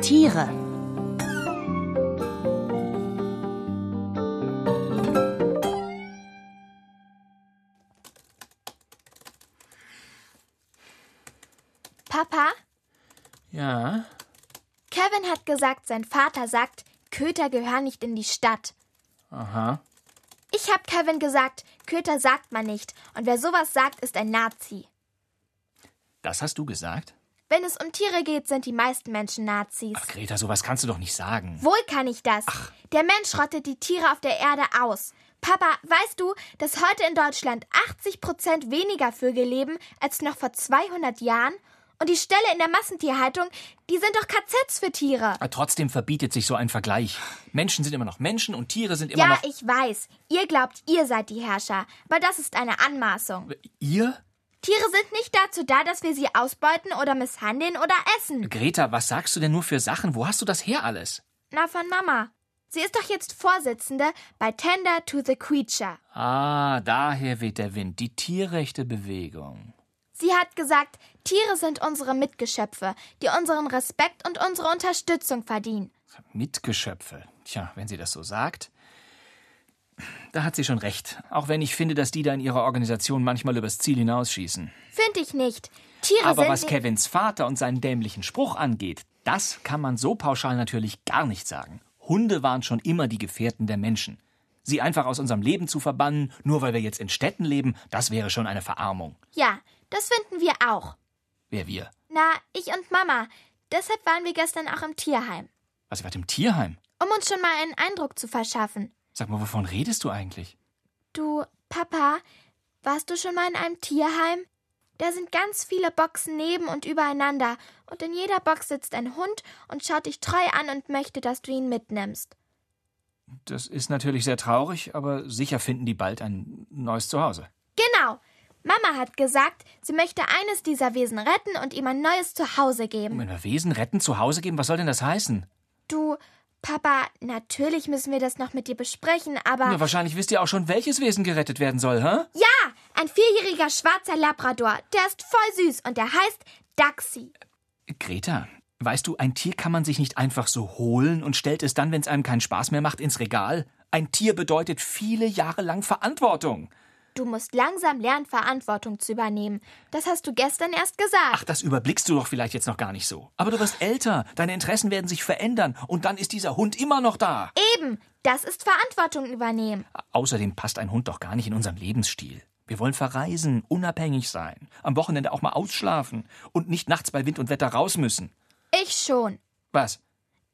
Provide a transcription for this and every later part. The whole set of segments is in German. Tiere. Papa, Ja, Kevin hat gesagt, sein Vater sagt, Köter gehören nicht in die Stadt. aha. Ich hab Kevin gesagt, Köter sagt man nicht und wer sowas sagt, ist ein Nazi. Das hast du gesagt? Wenn es um Tiere geht, sind die meisten Menschen Nazis. Ach, Greta, sowas kannst du doch nicht sagen. Wohl kann ich das. Der Mensch rottet die Tiere auf der Erde aus. Papa, weißt du, dass heute in Deutschland 80 Prozent weniger Vögel leben als noch vor 200 Jahren? Und die Ställe in der Massentierhaltung, die sind doch KZs für Tiere. Aber trotzdem verbietet sich so ein Vergleich. Menschen sind immer noch Menschen und Tiere sind immer Ja, noch. ich weiß. Ihr glaubt, ihr seid die Herrscher. Aber das ist eine Anmaßung. Ihr? Tiere sind nicht dazu da, dass wir sie ausbeuten oder misshandeln oder essen. Greta, was sagst du denn nur für Sachen? Wo hast du das her alles? Na, von Mama. Sie ist doch jetzt Vorsitzende bei Tender to the Creature. Ah, daher weht der Wind. Die tierrechte Bewegung. Sie hat gesagt, Tiere sind unsere Mitgeschöpfe, die unseren Respekt und unsere Unterstützung verdienen. Mitgeschöpfe. Tja, wenn sie das so sagt. Da hat sie schon recht. Auch wenn ich finde, dass die da in ihrer Organisation manchmal übers Ziel hinausschießen. Finde ich nicht. Tiere Aber sind was nicht- Kevins Vater und seinen dämlichen Spruch angeht, das kann man so pauschal natürlich gar nicht sagen. Hunde waren schon immer die Gefährten der Menschen. Sie einfach aus unserem Leben zu verbannen, nur weil wir jetzt in Städten leben, das wäre schon eine Verarmung. Ja, das finden wir auch. Wer wir? Na, ich und Mama. Deshalb waren wir gestern auch im Tierheim, Was, ihr wart im Tierheim? um uns schon mal einen Eindruck zu verschaffen. Sag mal, wovon redest du eigentlich? Du, Papa, warst du schon mal in einem Tierheim? Da sind ganz viele Boxen neben und übereinander, und in jeder Box sitzt ein Hund und schaut dich treu an und möchte, dass du ihn mitnimmst. Das ist natürlich sehr traurig, aber sicher finden die bald ein neues Zuhause. Genau. Mama hat gesagt, sie möchte eines dieser Wesen retten und ihm ein neues Zuhause Und geben. Wenn wir Wesen retten, zu Hause geben, was soll denn das heißen? Du, Papa, natürlich müssen wir das noch mit dir besprechen, aber. Na, wahrscheinlich wisst ihr auch schon, welches Wesen gerettet werden soll, hä? Ja, ein vierjähriger schwarzer Labrador. Der ist voll süß und der heißt Daxi. Greta, weißt du, ein Tier kann man sich nicht einfach so holen und stellt es dann, wenn es einem keinen Spaß mehr macht, ins Regal. Ein Tier bedeutet viele Jahre lang Verantwortung. Du musst langsam lernen, Verantwortung zu übernehmen. Das hast du gestern erst Ach, gesagt. das überblickst du doch vielleicht jetzt noch gar nicht so. Aber du wirst älter, deine Interessen werden sich verändern und dann ist dieser Hund immer noch da. Eben, das ist Verantwortung übernehmen. Außerdem passt ein Hund doch gar nicht in unseren Lebensstil. Wir wollen verreisen, unabhängig sein, am Wochenende auch mal ausschlafen und nicht nachts bei Wind und Wetter raus müssen. Ich schon. Was?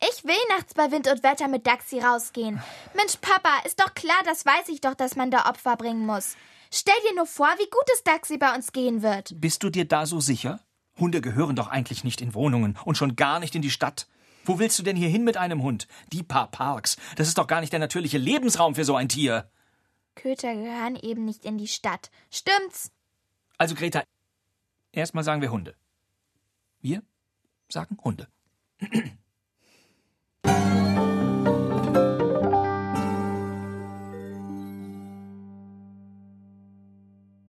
Ich will nachts bei Wind und Wetter mit Daxi rausgehen. Mensch, Papa, ist doch klar, das weiß ich doch, dass man da Opfer bringen muss. Stell dir nur vor, wie gut es Daxi bei uns gehen wird. Bist du dir da so sicher? Hunde gehören doch eigentlich nicht in Wohnungen und schon gar nicht in die Stadt. Wo willst du denn hier hin mit einem Hund? Die paar Parks. Das ist doch gar nicht der natürliche Lebensraum für so ein Tier. Köter gehören eben nicht in die Stadt. Stimmt's? Also, Greta, erstmal sagen wir Hunde. Wir sagen Hunde.